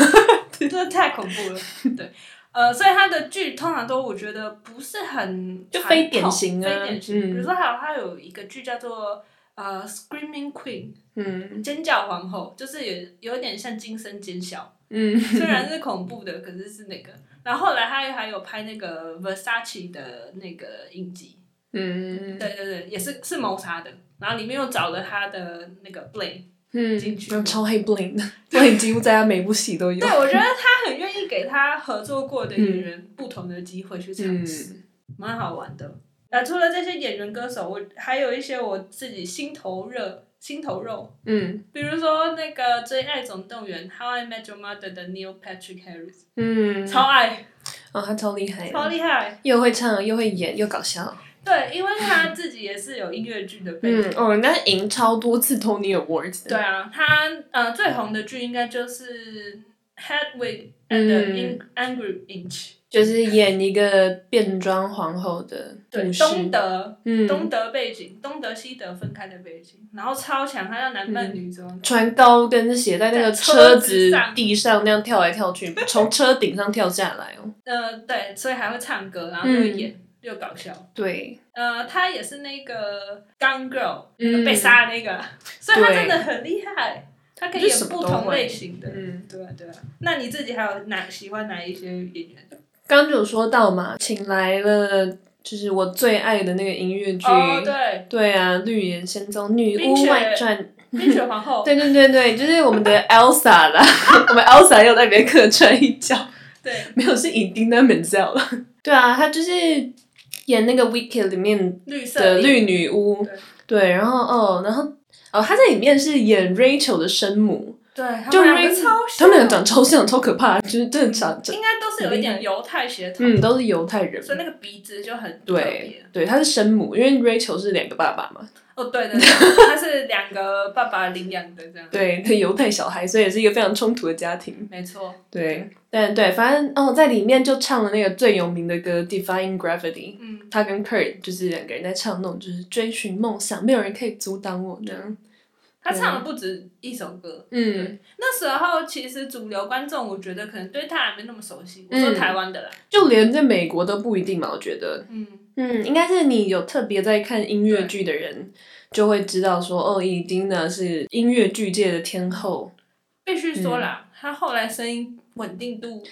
Speaker 1: 这太恐怖了，对。呃，所以他的剧通常都我觉得不是很
Speaker 2: 就
Speaker 1: 传
Speaker 2: 非典
Speaker 1: 统
Speaker 2: 型啊
Speaker 1: 非典型。
Speaker 2: 嗯
Speaker 1: 比如说还有他有一个剧叫做呃《Screaming Queen
Speaker 2: 嗯》
Speaker 1: 尖叫皇后，就是有有一点像惊声尖笑，
Speaker 2: 嗯，
Speaker 1: 虽然是恐怖的，可是是那个。然后后来他还有拍那个 Versace 的那个影集，
Speaker 2: 嗯
Speaker 1: 对对对，也是是谋杀的。然后里面又找了他的那个 Blake，
Speaker 2: 嗯
Speaker 1: 进去
Speaker 2: 然后超黑 Bling 的，Bling [laughs] 几乎在他每部戏都有
Speaker 1: 对。啊我觉得他很愿意给他合作过的演员不同的机会去
Speaker 2: 嗯
Speaker 1: 尝试。蛮好玩的。呃，除了这些演员歌手，我还有一些我自己心头热、心头肉，
Speaker 2: 嗯
Speaker 1: 比如说那个《最爱总动员》《How I Met Your Mother》的 Neil Patrick Harris，、
Speaker 2: 嗯，
Speaker 1: 超爱，
Speaker 2: 哦，他超厉害的，
Speaker 1: 超厉害。
Speaker 2: 又会唱又会演又搞笑。
Speaker 1: 对，因为他自己也是有音乐剧的背景。
Speaker 2: 嗯哦，人家赢超多次 Tony Awards 的。
Speaker 1: 对啊，他呃最红的剧应该就是《Hedwig and the
Speaker 2: 嗯
Speaker 1: In- Angry Inch
Speaker 2: 就是演一个变装皇后的》，
Speaker 1: 对
Speaker 2: 故，事。
Speaker 1: 东德、
Speaker 2: 嗯，
Speaker 1: 东德背景，东德西德分开的背景，然后超强，他叫男扮女装。
Speaker 2: 穿高跟鞋在那
Speaker 1: 在
Speaker 2: 个
Speaker 1: 车
Speaker 2: 子
Speaker 1: 子上
Speaker 2: 地上那样跳来跳去，从车顶上跳下来哦。
Speaker 1: 呃，对，所以还会唱歌，然后又演、
Speaker 2: 嗯
Speaker 1: 又搞笑。
Speaker 2: 对，
Speaker 1: 呃，他也是那个 Gun Girl、
Speaker 2: 嗯
Speaker 1: 被杀的那个， [laughs] 所以他
Speaker 2: 对
Speaker 1: 真的很厉害，他可以
Speaker 2: 就是
Speaker 1: 演
Speaker 2: 什么
Speaker 1: 不
Speaker 2: 都
Speaker 1: 同
Speaker 2: 会
Speaker 1: 类型的。
Speaker 2: 嗯，
Speaker 1: 对啊，对啊。那你自己还有哪喜欢哪一些演员？
Speaker 2: 刚刚就有说到嘛，请来了就是我最爱的那个音乐剧，
Speaker 1: 哦，对，
Speaker 2: 对啊，《绿野仙踪》《女
Speaker 1: 冰
Speaker 2: 巫
Speaker 1: 雪
Speaker 2: 外传》，
Speaker 1: 冰雪皇 [laughs] 后。
Speaker 2: 对对对对，就是我们的 [laughs] Elsa 啦，我们 Elsa 又在里面客串一角，
Speaker 1: 对，
Speaker 2: 没有是以丁丹门教了， [laughs] 对啊，她就是演那个《Wicked》里面
Speaker 1: 绿色
Speaker 2: 的
Speaker 1: 的
Speaker 2: 绿女巫
Speaker 1: 对，
Speaker 2: 对，然后哦，然后哦，她在里面是演 Rachel 的生母，
Speaker 1: 对，他
Speaker 2: 就
Speaker 1: 们
Speaker 2: 是
Speaker 1: 两个
Speaker 2: Rachel，
Speaker 1: 超
Speaker 2: 他们俩
Speaker 1: 像
Speaker 2: 长超像，超可怕，就是真的长长，
Speaker 1: 应该都是有一点犹太血统，
Speaker 2: 嗯，都是犹太人，
Speaker 1: 所以那个鼻子就很特
Speaker 2: 对
Speaker 1: 别。
Speaker 2: 对，她是生母，因为 Rachel 是两个爸爸嘛，
Speaker 1: 哦，对对 [laughs] 对，他是两个爸爸领养的这样。，
Speaker 2: 对，对犹太小孩，所以也是一个非常冲突的家庭，
Speaker 1: 没错。
Speaker 2: 对，但对，反正哦，在里面就唱了那个最有名的歌《Defying Gravity》。
Speaker 1: 嗯，
Speaker 2: 他跟 Kurt 就是两个人在唱那种就是追寻梦想，没有人可以阻挡我这样。
Speaker 1: 他唱了不止一首歌，
Speaker 2: 嗯，
Speaker 1: 那时候其实主流观众，我觉得可能对他还没那么熟悉。我
Speaker 2: 嗯
Speaker 1: 说台湾的啦，
Speaker 2: 就连在美国都不一定嘛，我觉得。
Speaker 1: 嗯，
Speaker 2: 嗯，应该是你有特别在看音乐剧的人，就会知道说，哦，伊丁呢是音乐剧界的天后。
Speaker 1: 必须说啦，他后来声音稳定度，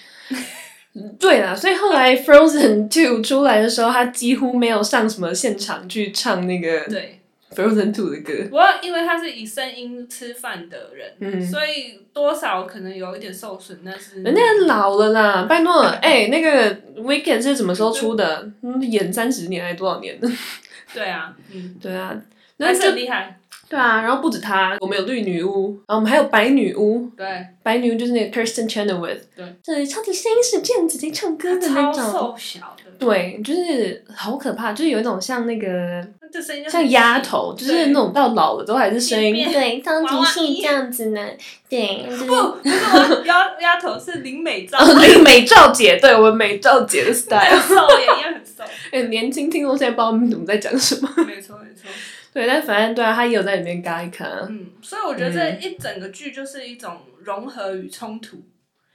Speaker 2: 对啦，所以后来 Frozen Two 出来的时候，他几乎没有上什么现场去唱那个
Speaker 1: 对，
Speaker 2: Frozen Two 的歌。
Speaker 1: [laughs] 不过因为他是以声音吃饭的人，
Speaker 2: 嗯
Speaker 1: 所以多少可能有一点受损，但是
Speaker 2: 人家老了啦，拜托，哎、那个 Weekend 是什么时候出的？嗯演三十年还是多少年呢？ [laughs]
Speaker 1: 对啊，嗯，
Speaker 2: 对啊，那
Speaker 1: 但是
Speaker 2: 就
Speaker 1: 很厉害，
Speaker 2: 对啊，然后不止他，我们有绿女巫，然后我们还有白女巫，
Speaker 1: 对，
Speaker 2: 白女就是那个 Kirsten Chenoweth，
Speaker 1: 对，
Speaker 2: 对，超级声音是这样子在唱歌的那
Speaker 1: 超
Speaker 2: 种，
Speaker 1: 瘦小的，
Speaker 2: 对，就是好可怕，就是有一种像那个
Speaker 1: 那这声音就很
Speaker 2: 像丫头，就
Speaker 1: 细
Speaker 2: 是那。种到老了都还是声音，
Speaker 1: 变
Speaker 2: 对，超
Speaker 1: 娃
Speaker 2: 级
Speaker 1: 娃
Speaker 2: 是
Speaker 1: 音
Speaker 2: 这样子呢，对，就是
Speaker 1: 对不，不是我 [laughs] 丫丫头是林美照，
Speaker 2: 哦，那个 [laughs] 美照姐，对我们美照姐的 style，
Speaker 1: 很瘦也一样很瘦，
Speaker 2: 哎，年轻听众现在不知道我们怎么在讲什么， [laughs]
Speaker 1: 没错没错。
Speaker 2: 对，但反正对啊，她也有在里面嘎一卡，
Speaker 1: 嗯，所以我觉得这一整个剧就是一种融合与冲突，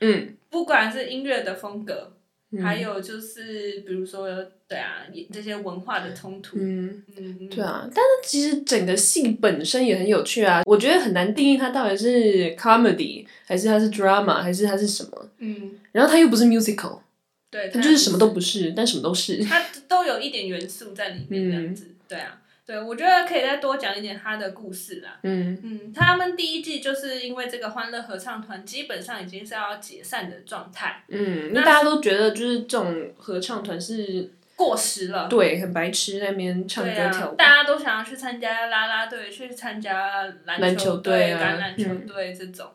Speaker 2: 嗯，
Speaker 1: 不管是音乐的风格，
Speaker 2: 嗯
Speaker 1: 还，有就是比如说对啊，也这些文化的冲突，
Speaker 2: 嗯。
Speaker 1: 嗯，
Speaker 2: 对
Speaker 1: 啊，
Speaker 2: 啊，但是其实整个戏本身也很有趣啊，我觉得很难定义它到底是 comedy 还是它是 drama 还是它是什么，
Speaker 1: 嗯，
Speaker 2: 然后它又不是 musical，
Speaker 1: 对，
Speaker 2: 它就是什么都不是，但什么都是。
Speaker 1: 它都有一点元素在里面
Speaker 2: 嗯
Speaker 1: 这样子，对啊，对，我觉得可以再多讲一点他的故事啦。
Speaker 2: 嗯
Speaker 1: 嗯，他们第一季就是因为这个欢乐合唱团基本上已经是要解散的状态，
Speaker 2: 嗯，因
Speaker 1: 那
Speaker 2: 为大家都觉得就是这种合唱团是
Speaker 1: 过时了。
Speaker 2: 对很白痴在那边唱歌
Speaker 1: 对啊
Speaker 2: 跳舞，
Speaker 1: 大家都想要去参加啦啦队，去参加
Speaker 2: 篮
Speaker 1: 篮
Speaker 2: 球队
Speaker 1: 队、
Speaker 2: 啊
Speaker 1: 橄榄球
Speaker 2: 嗯
Speaker 1: 队这种。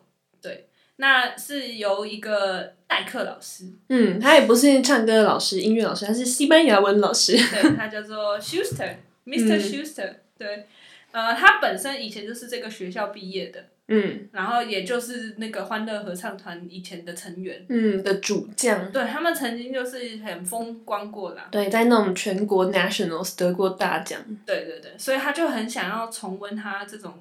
Speaker 1: 对，那是由一个代课老师，
Speaker 2: 嗯，他也不是唱歌的老师，音乐老师，他是西班牙文老师。
Speaker 1: 对，他叫做 Schuster，Mr.
Speaker 2: 嗯
Speaker 1: Schuster，对。呃，他本身以前就是这个学校毕业的，
Speaker 2: 嗯
Speaker 1: 然后也就是那个欢乐合唱团以前的成员，
Speaker 2: 嗯的主将。
Speaker 1: 对他们曾经就是很风光过啦，
Speaker 2: 对，在那种全国 nationals 得过大奖，
Speaker 1: 对对对，所以他就很想要重温他这种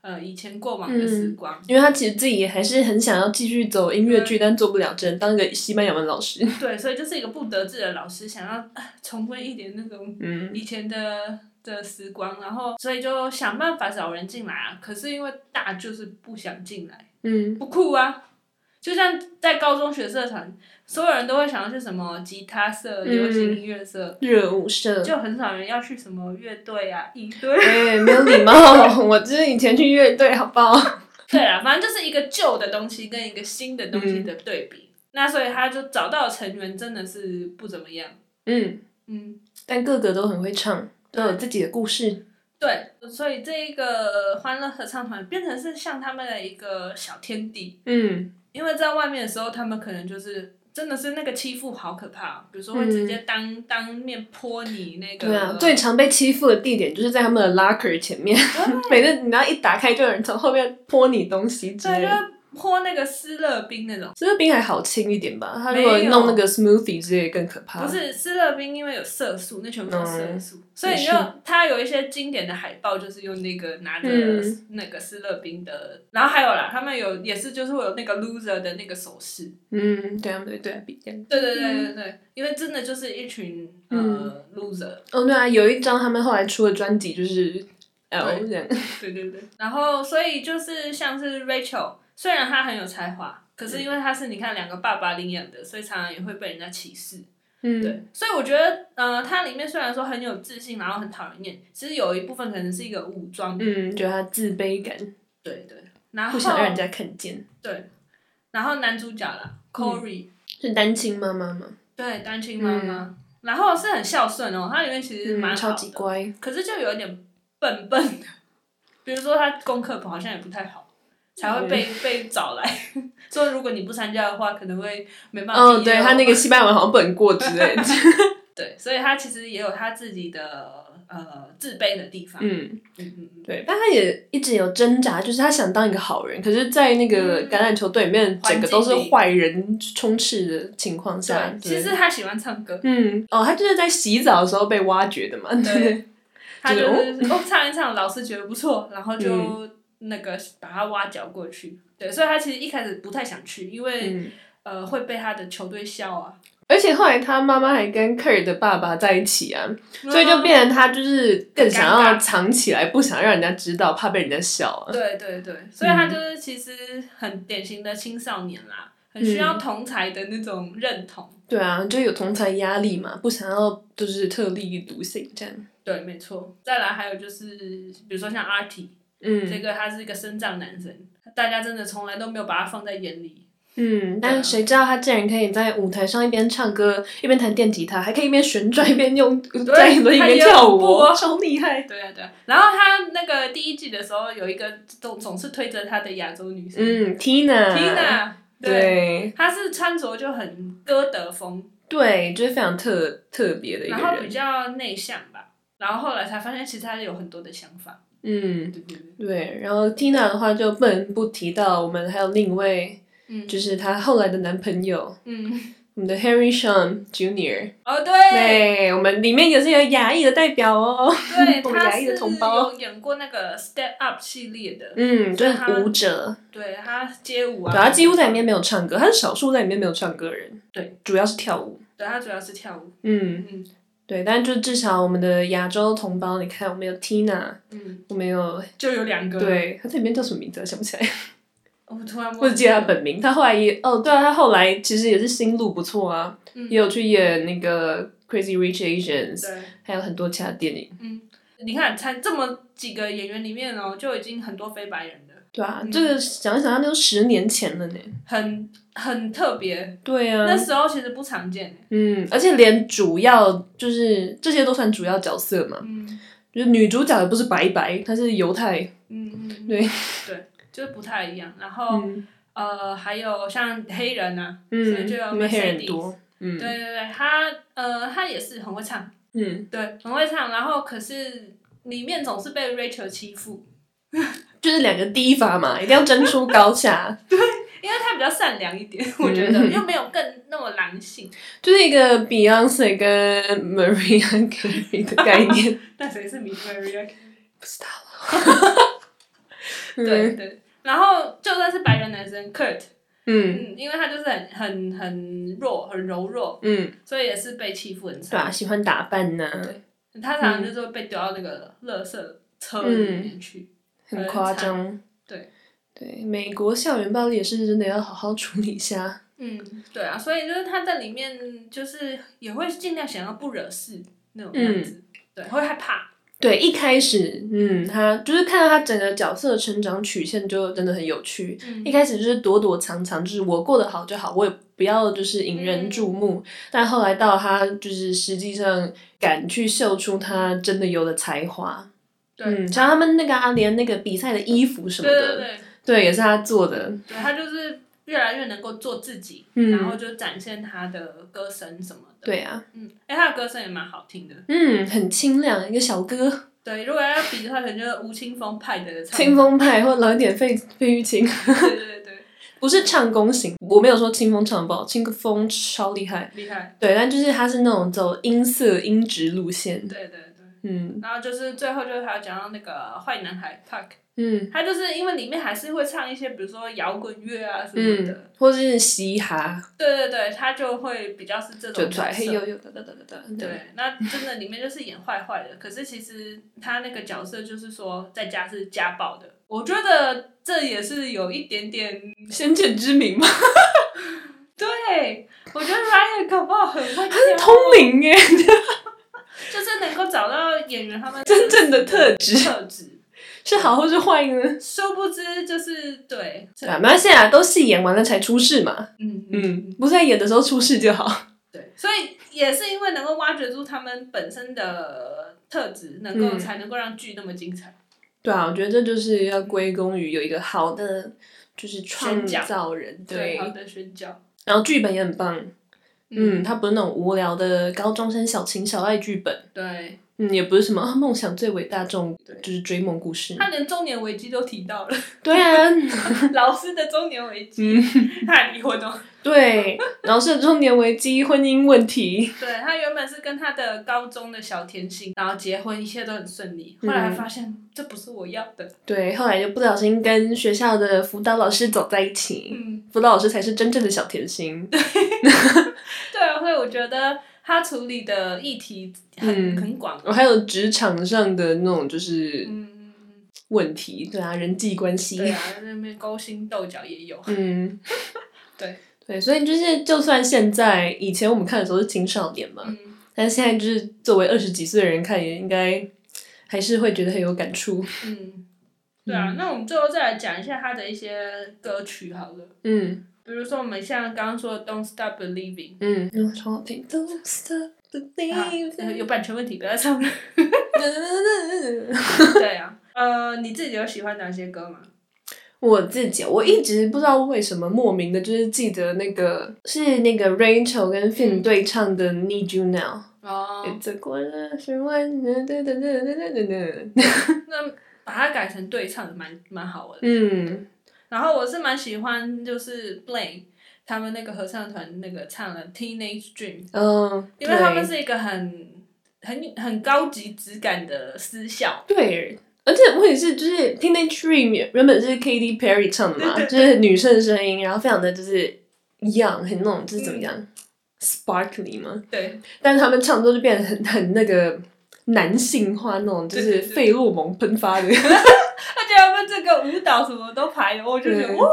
Speaker 1: 呃以前过往的时光。
Speaker 2: 因为他其实自己也还是很想要继续走音乐剧，
Speaker 1: 嗯
Speaker 2: 但做不了，只能当个西班牙文老师。
Speaker 1: 对，所以就是一个不得志的老师，想要啊重温一点那种
Speaker 2: 嗯
Speaker 1: 以前的的时光，然后所以就想办法找人进来啊。可是因为大就是不想进来，
Speaker 2: 嗯
Speaker 1: 不酷啊。就像在高中学社团，所有人都会想要去什么吉他社、流行音乐社，
Speaker 2: 热舞社。
Speaker 1: 就很少人要去什么乐队啊、一堆。 [laughs]
Speaker 2: 哎、没有礼貌！ [laughs] 我就是以前去乐队，好不好？
Speaker 1: 对啦，反正就是一个旧的东西跟一个新的东西的对比。那所以他就找到的成员真的是不怎么样，
Speaker 2: 嗯，
Speaker 1: 嗯，
Speaker 2: 但个个都很会唱，都有自己的故事。
Speaker 1: 对，所以这一个欢乐合唱团变成是像他们的一个小天地，
Speaker 2: 嗯
Speaker 1: 因为在外面的时候，他们可能就是真的是那个欺负好可怕、哦，比如说会直接当、当面泼你那个，
Speaker 2: 对啊，最常被欺负的地点就是在他们的 locker 前面， [laughs] 每次你只要一打开，就有人从后面泼你东西之类
Speaker 1: 对，就
Speaker 2: 的。
Speaker 1: 是泼那个湿乐冰那种，
Speaker 2: 斯乐冰还好清一点吧，他如果
Speaker 1: 没有
Speaker 2: 弄那个 smoothie 之类更可怕。
Speaker 1: 不，是湿乐冰，因为有色素，那全部都是色素，所以你
Speaker 2: 嗯也
Speaker 1: 就是它有一些经典的海报，就是用那个拿着
Speaker 2: 嗯
Speaker 1: 那个湿乐冰的，然后还有啦，他们有也是就是会有那个 loser 的那个手势，
Speaker 2: 嗯，对啊，对对啊，比较
Speaker 1: 对对对对对，因为真的就是一群呃、loser，
Speaker 2: 哦，对啊，有一张他们后来出的专辑就是 L 这样。
Speaker 1: [laughs] 对对对，然后所以就是像是 Rachel，虽然她很有才华，可是因为她是你看两个爸爸领养的，所以常常也会被人家歧视。
Speaker 2: 嗯，
Speaker 1: 对，所以我觉得，呃，它里面虽然说很有自信，然后很讨人厌，其实有一部分可能是一个武装，
Speaker 2: 嗯，觉得他自卑感，
Speaker 1: 对对。然后
Speaker 2: 不想让嗯人家看见。
Speaker 1: 对，然后男主角啦，Corey，、
Speaker 2: 是单亲妈妈吗？
Speaker 1: 对，单亲妈妈，然后是很孝顺哦，它里面其实蛮
Speaker 2: 嗯，
Speaker 1: 好
Speaker 2: 超
Speaker 1: 的，啊
Speaker 2: 级乖。
Speaker 1: 可是就有点笨笨的，比如说他功课好像也不太好。才会
Speaker 2: 嗯
Speaker 1: 被被找来， [laughs] 说如果你不参加的话，可能会没办法毕业哦。
Speaker 2: 哦，对他那个西班牙文好像不能过之
Speaker 1: [laughs]
Speaker 2: 类的。
Speaker 1: 对，所以他其实也有他自己的呃自卑的地方。
Speaker 2: 嗯。
Speaker 1: 嗯嗯嗯，
Speaker 2: 对，但他也一直有挣扎，就是他想当一个好人，可是，在那个
Speaker 1: 嗯
Speaker 2: 橄榄球队里面，整个都是
Speaker 1: 环境里
Speaker 2: 坏人充斥的情况下
Speaker 1: 对，，
Speaker 2: 对
Speaker 1: 其实他喜欢唱歌，
Speaker 2: 嗯，哦，他就是在洗澡的时候被挖掘的嘛，
Speaker 1: 对，他就
Speaker 2: 就是
Speaker 1: 哦唱一唱，老师觉得不错，然后就
Speaker 2: 嗯
Speaker 1: 那个把他挖角过去。对，所以他其实一开始不太想去，因为
Speaker 2: 嗯，
Speaker 1: 呃会被他的球队笑啊，
Speaker 2: 而且后来他妈妈还跟 Kerr 的爸爸在一起啊，所以就
Speaker 1: 嗯
Speaker 2: 变成他就是更想
Speaker 1: 很
Speaker 2: 要
Speaker 1: 尴尬
Speaker 2: 藏起来，不想让人家知道，怕被人家笑啊。
Speaker 1: 对对对，所以
Speaker 2: 嗯
Speaker 1: 他就是其实很典型的青少年啦，很
Speaker 2: 嗯
Speaker 1: 需要同才的那种认同。
Speaker 2: 对啊，就有同才压力嘛，不想要就是特立独行这样。
Speaker 1: 对，没错。再来还有就是，比如说像阿体、这
Speaker 2: 嗯
Speaker 1: 个他是一个身障男生，大家真的从来都没有把他放在眼里。对啊
Speaker 2: 嗯，但谁知道他竟然可以在舞台上一边唱歌一边弹电吉他，还可以一边旋转一边用在 [laughs] 轮椅
Speaker 1: 他
Speaker 2: 里
Speaker 1: 也
Speaker 2: 面跳
Speaker 1: 有
Speaker 2: 舞
Speaker 1: 步
Speaker 2: 哦，
Speaker 1: 啊
Speaker 2: 超厉害。
Speaker 1: [laughs] 对啊，对啊。然后他那个第一季的时候，有一个总总是推着他的亚洲女生、
Speaker 2: 嗯，Tina。
Speaker 1: Tina，对，
Speaker 2: 对
Speaker 1: 她是穿着就很歌德风，
Speaker 2: 对，就是非常特特别的一个
Speaker 1: 然后比
Speaker 2: 人。
Speaker 1: 较内向吧。然后后来才发现，其实她有很多的想法。
Speaker 2: 嗯，
Speaker 1: 对对对，
Speaker 2: 对。然后 Tina 的话就不能不提到我们还有另一位，
Speaker 1: 嗯
Speaker 2: 就是她后来的男朋友，
Speaker 1: 嗯，
Speaker 2: 我们的 Harry Sean Jr.
Speaker 1: 哦对
Speaker 2: 对，我们里面也是有亚裔的代表哦。
Speaker 1: 对，
Speaker 2: 我们
Speaker 1: 她
Speaker 2: 牙医的
Speaker 1: 是
Speaker 2: 同胞
Speaker 1: 有演过那个 Step Up 系列的，
Speaker 2: 嗯，就
Speaker 1: 所以他
Speaker 2: 是舞者，
Speaker 1: 对她街舞啊，
Speaker 2: 对，他几乎在里面没有唱歌，他是少数在里面没有唱歌的人。
Speaker 1: 对，
Speaker 2: 主要是跳舞。
Speaker 1: 对她主要是跳舞，
Speaker 2: 嗯，
Speaker 1: 嗯
Speaker 2: 对，但就至少我们的亚洲同胞，你看，我们有 Tina，
Speaker 1: 嗯，
Speaker 2: 我们有，
Speaker 1: 就有两个，，
Speaker 2: 对，他在里面叫什么名字啊？想不起来，
Speaker 1: 我突然忘记
Speaker 2: 我只记得他
Speaker 1: 了
Speaker 2: 本名。他后来也，哦，对啊，他后来其实也是心路不错啊，
Speaker 1: 嗯
Speaker 2: 也有去演那个 Crazy Rich Asians，
Speaker 1: 对。
Speaker 2: 还有很多其他电影。
Speaker 1: 你看，才这么几个演员里面哦，就已经很多非白人的，
Speaker 2: 对啊，
Speaker 1: 嗯
Speaker 2: 这个想一想，那都十年前了呢。
Speaker 1: 很很特别。
Speaker 2: 对啊，
Speaker 1: 那时候其实不常见欸
Speaker 2: 嗯，而且连主要就是这些都算主要角色嘛，
Speaker 1: 嗯
Speaker 2: 就是女主角也不是白白，她是犹太，
Speaker 1: 嗯嗯，
Speaker 2: 对
Speaker 1: 对，就是不太一样。然后、
Speaker 2: 嗯
Speaker 1: 呃，还有像黑人啊，所以
Speaker 2: 嗯，
Speaker 1: 就有
Speaker 2: 因为黑人多，嗯
Speaker 1: 对对对，他呃他也是很会唱，
Speaker 2: 嗯，
Speaker 1: 对，很会唱。然后可是里面总是被 Rachel 欺负，
Speaker 2: 就是两个第一发嘛，一定要争出高下，
Speaker 1: 因为他比较善良一点，我觉得又没有更那么狼性。
Speaker 2: 就是一个 Beyonce 跟 Maria Carey 的概念。
Speaker 1: 但谁是 Miss Maria？
Speaker 2: 不知道了。
Speaker 1: [laughs] 对，对，然后就算是白人男生 Kurt，
Speaker 2: 嗯
Speaker 1: 嗯，因为他就是很很很弱，很柔弱，
Speaker 2: 嗯，
Speaker 1: 所以也是被欺负很
Speaker 2: 对啊，嗯
Speaker 1: 惨。
Speaker 2: 喜欢打扮呐、
Speaker 1: 他常常就是会被丢到那个垃圾车
Speaker 2: 嗯
Speaker 1: 里面去。
Speaker 2: 很夸张。
Speaker 1: 对
Speaker 2: 对，美国校园暴力也是真的要好好处理一下。
Speaker 1: 嗯，对啊，所以就是他在里面就是也会尽量想要不惹事那
Speaker 2: 嗯
Speaker 1: 种样子，对，会害怕。
Speaker 2: 对，一开始，嗯，他就是看到他整个角色成长曲线，就真的很有趣。
Speaker 1: 嗯
Speaker 2: 一开始就是躲躲藏藏，就是我过得好就好，我也不要就是引人注目。但后来到他就是实际上敢去秀出他真的有的才华，
Speaker 1: 对
Speaker 2: 嗯，像他们那个啊，连那个比赛的衣服什么
Speaker 1: 对对
Speaker 2: 的，
Speaker 1: 对，
Speaker 2: 对也是他做的，
Speaker 1: 对他就是越来越能够做自己，
Speaker 2: 嗯
Speaker 1: 然后就展现他的歌声什么的。，
Speaker 2: 对啊，
Speaker 1: 嗯，哎、他的歌声也蛮好听的。
Speaker 2: 嗯，很清亮，一个小哥，
Speaker 1: 对，如果要比的话，可能就是吴青峰派的唱
Speaker 2: 清风派或老一点费费玉清，
Speaker 1: 对对对，
Speaker 2: 不是唱功型，我没有说清风唱得不好，清风超厉害，
Speaker 1: 厉害。
Speaker 2: 对，但就是他是那种走音色音质路线，
Speaker 1: 对对对。
Speaker 2: 嗯
Speaker 1: 然后就是最后就是还有讲到那个坏男孩 Park，
Speaker 2: 嗯
Speaker 1: 他就是因为里面还是会唱一些比如说摇滚乐啊什么的，
Speaker 2: 嗯，或者是嘻哈，
Speaker 1: 对对对，他就会比较是这
Speaker 2: 就
Speaker 1: 种
Speaker 2: 出来
Speaker 1: 角
Speaker 2: 嘿
Speaker 1: 色。
Speaker 2: 呦呦哒哒哒哒哒，对，
Speaker 1: 对，那真的里面就是演坏坏的，可是其实他那个角色就是说在家是家暴的，我觉得这也是有一点点，
Speaker 2: 先见之明嘛，
Speaker 1: 对我觉得 Ryan 搞不好很会挑，
Speaker 2: 通灵耶，
Speaker 1: 就是能够找到演员他们
Speaker 2: [laughs] 真正的特质
Speaker 1: 特质，
Speaker 2: 是好或是坏呢？
Speaker 1: 殊不知就是对，
Speaker 2: 对啊，没关系啊，都戏演完了才出事嘛。
Speaker 1: 嗯嗯
Speaker 2: 嗯，不是在演的时候出事就好。
Speaker 1: 对，所以也是因为能够挖掘出他们本身的特质，能够、
Speaker 2: 嗯
Speaker 1: 才能够让剧那么精彩。
Speaker 2: 对啊，我觉得这就是要归功于有一个好的就是创
Speaker 1: 宣讲
Speaker 2: 造人，
Speaker 1: 对，
Speaker 2: 对
Speaker 1: 好。的宣教。
Speaker 2: 然后剧本也很棒，嗯，它不是那种无聊的高中生小情小爱剧本，
Speaker 1: 对，
Speaker 2: 嗯，也不是什么啊梦想最伟大这种
Speaker 1: 对
Speaker 2: 就是追梦
Speaker 1: [laughs]
Speaker 2: 故事。
Speaker 1: 他连中年危机都提
Speaker 2: [laughs]
Speaker 1: 到了，
Speaker 2: 对啊，
Speaker 1: 老师的中年危机，
Speaker 2: 嗯，
Speaker 1: [laughs] 他还离婚哦。
Speaker 2: 对。然后是中年危机、婚姻问题，
Speaker 1: 对他原本是跟他的高中的小甜心，然后结婚，一切都很顺利。后来
Speaker 2: 嗯
Speaker 1: 发现这不是我要的，
Speaker 2: 对。后来就不小心跟学校的辅导老师走在一起，
Speaker 1: 嗯，
Speaker 2: 辅导老师才是真正的小甜心。 [laughs]
Speaker 1: 对啊，所以我觉得他处理的议题很、
Speaker 2: 嗯
Speaker 1: 很广，
Speaker 2: 我还有职场上的那种就是
Speaker 1: 嗯，
Speaker 2: 问题，对啊，人际关系，
Speaker 1: 对啊，那边勾心斗角也有，
Speaker 2: 嗯，
Speaker 1: 对
Speaker 2: 对，所以就是就算现在以前我们看的时候是青少年嘛，
Speaker 1: 嗯。
Speaker 2: 但现在就是作为二十几岁的人看，也应该还是会觉得很有感触。
Speaker 1: 嗯，对啊，那我们最后再来讲一下他的一些歌曲好了，
Speaker 2: 嗯
Speaker 1: 比如说我们像刚刚说的《Don't Stop Believing
Speaker 2: 嗯，嗯超好听。Don't stop
Speaker 1: 啊
Speaker 2: believing、》，
Speaker 1: 呃有版权问题，不要唱 [laughs] 了。
Speaker 2: 啊。
Speaker 1: 对啊，呃，你自己有喜欢哪些歌吗？
Speaker 2: 我自己，我一直不知道为什么莫名的，就是记得那个是那个 Rachel 跟 Finn 对唱的《Need You Now》。
Speaker 1: 哦，
Speaker 2: It's a quarter to one，哒哒哒哒哒哒
Speaker 1: 那把它改成对唱，蛮蛮好玩的。
Speaker 2: 嗯，
Speaker 1: 然后我是蛮喜欢，就是 Blame 他们那个合唱团那个唱了《Teenage Dream》，
Speaker 2: 哦，
Speaker 1: 因为他们是一个很很很高级质感的私校。
Speaker 2: 对对，而且问题是，就是 Teenage Dream 原本是 Katy Perry 唱的嘛，就是女生的声音，然后非常的就是一样，很那种就是怎么样、sparkly 嘛，
Speaker 1: [laughs] 对，
Speaker 2: 但是他们唱之后就变得很很那个男性化那种，就是费洛蒙喷发的，
Speaker 1: 而且他们这个舞蹈什么都排的，我就觉得
Speaker 2: 对
Speaker 1: 哇，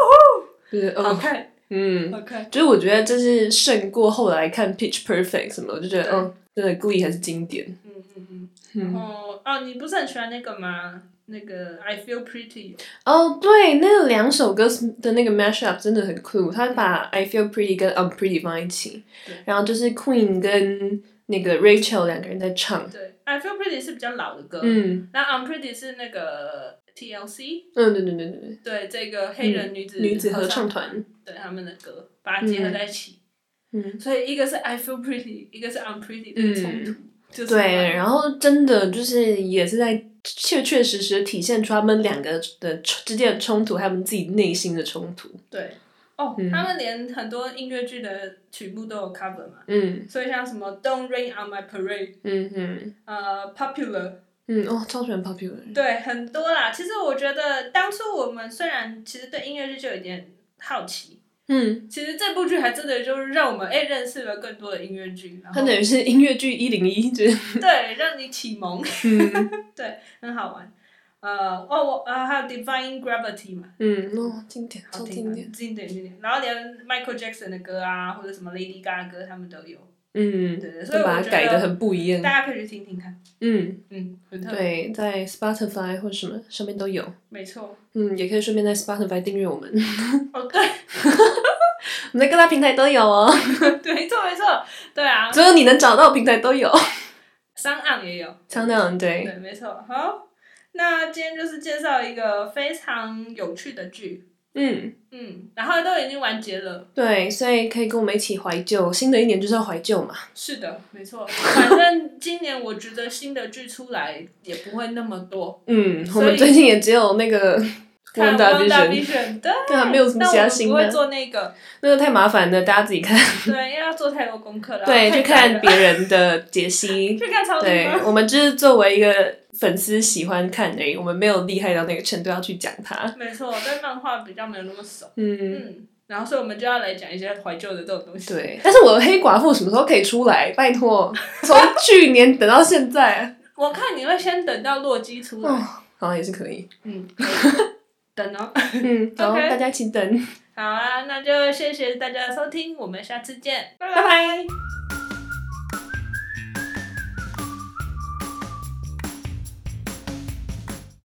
Speaker 2: 就是
Speaker 1: 好
Speaker 2: 哦，
Speaker 1: 看，
Speaker 2: 嗯，
Speaker 1: 好看。
Speaker 2: 就是我觉得这是胜过后来看 Pitch Perfect 什么，我就觉得
Speaker 1: 对
Speaker 2: 嗯，真的 Glee 还是经典，
Speaker 1: 嗯嗯嗯。然
Speaker 2: 嗯。
Speaker 1: 后哦，你不是很喜欢那个吗？那个 I feel pretty。
Speaker 2: 哦对，那两首歌的那个 mashup 真的很酷，他把 I Feel Pretty 跟 I'm Pretty 放一起
Speaker 1: 对，
Speaker 2: 然后就是 Queen 跟那个 Rachel 两个人在唱。
Speaker 1: 对，I feel pretty 是比较老的歌，
Speaker 2: 嗯
Speaker 1: 那 I'm pretty 是那个 TLC
Speaker 2: 嗯，对对对对
Speaker 1: 对这个黑人女子
Speaker 2: 嗯对，女子合
Speaker 1: 唱
Speaker 2: 唱团。
Speaker 1: 对他们的歌，把它结合在一起。
Speaker 2: 嗯
Speaker 1: 所以一个是 I feel pretty，一个是 I'm pretty 的冲突。
Speaker 2: 嗯，
Speaker 1: 就是
Speaker 2: 对，然后真的就是也是在确确实实体现出他们两个的之间的冲突，他们自己内心的冲突。
Speaker 1: 对哦，
Speaker 2: 嗯
Speaker 1: 他们连很多音乐剧的曲目都有 cover 嘛，
Speaker 2: 嗯
Speaker 1: 所以像什么 Don't Rain on My Parade，
Speaker 2: 嗯嗯
Speaker 1: 呃，Popular，
Speaker 2: 嗯，哦，超喜欢 popular。
Speaker 1: 对，很多啦。其实我觉得当初我们虽然其实对音乐剧就有一点好奇，
Speaker 2: 嗯，
Speaker 1: 其实这部剧还真的就是让我们哎、认识了更多的音乐剧，然
Speaker 2: 它
Speaker 1: 后
Speaker 2: 等于是音乐剧一零一，就是
Speaker 1: 对让你启蒙，
Speaker 2: 嗯
Speaker 1: 很好玩。呃，哦我呃还有 Divine Gravity 嘛，
Speaker 2: [laughs] 嗯，哦，经典，超
Speaker 1: 好
Speaker 2: 经
Speaker 1: 听
Speaker 2: 典。
Speaker 1: 的，经典经典。然后连 Michael Jackson 的歌啊，或者什么 Lady Gaga 他们都有，
Speaker 2: 嗯，
Speaker 1: 对对，所以
Speaker 2: 就把
Speaker 1: 我
Speaker 2: 它
Speaker 1: 觉
Speaker 2: 改的
Speaker 1: 得
Speaker 2: 很不一样。
Speaker 1: 大家可以去听听看，
Speaker 2: 嗯，
Speaker 1: 嗯，很特别，
Speaker 2: 对，在 Spotify 或什么上面都有。
Speaker 1: 没错。
Speaker 2: 嗯，也可以顺便在 Spotify 订阅我们， [laughs]
Speaker 1: 哦，对 [laughs]
Speaker 2: 我们在各大平台都有哦， [laughs]
Speaker 1: 对，没错没错，对啊，
Speaker 2: 所有你能找到的平台都有。 [laughs]
Speaker 1: 商岸也有。
Speaker 2: 超那种对，
Speaker 1: 对，没错。好，那今天就是介绍一个非常有趣的剧，
Speaker 2: 嗯，
Speaker 1: 嗯，然后都已经完结了。
Speaker 2: 对，所以可以跟我们一起怀旧，新的一年就是要怀旧嘛。
Speaker 1: 是的，没错。 [laughs] 反正今年我觉得新的剧出来也不会那么多，
Speaker 2: 嗯，我
Speaker 1: 所以
Speaker 2: 们最近也只有那 [laughs] 个
Speaker 1: 看《
Speaker 2: 大
Speaker 1: Vision》对，
Speaker 2: [laughs] 对啊，没有什么
Speaker 1: 但
Speaker 2: 其他
Speaker 1: 我
Speaker 2: 新
Speaker 1: 不会
Speaker 2: 的，
Speaker 1: 做那个，
Speaker 2: 那个太麻烦了，大家自己看。
Speaker 1: 对，因为要做太多功课了。
Speaker 2: 对，去
Speaker 1: 太赶
Speaker 2: 看
Speaker 1: 了
Speaker 2: 别哦人的解 [laughs] 析。
Speaker 1: 去看超
Speaker 2: 对
Speaker 1: 人，
Speaker 2: 我们就是作为一个粉丝喜欢看而已，我们没有厉害到那个程度要去讲它。
Speaker 1: 没错，我对漫画比较没有那么熟，
Speaker 2: 嗯，
Speaker 1: 嗯。然后，所以我们就要来讲一些怀旧的这种东西。
Speaker 2: 对。但是我的黑寡妇什么时候可以出来？拜托，从去年等到现在，
Speaker 1: 我看你会先等到洛基出来，
Speaker 2: 哦，好像也是可以。
Speaker 1: 嗯，可以等哦。
Speaker 2: 嗯，好，
Speaker 1: OK
Speaker 2: 大家一起等。
Speaker 1: 好啊，那就谢谢大家的收听，我们下次见，拜拜。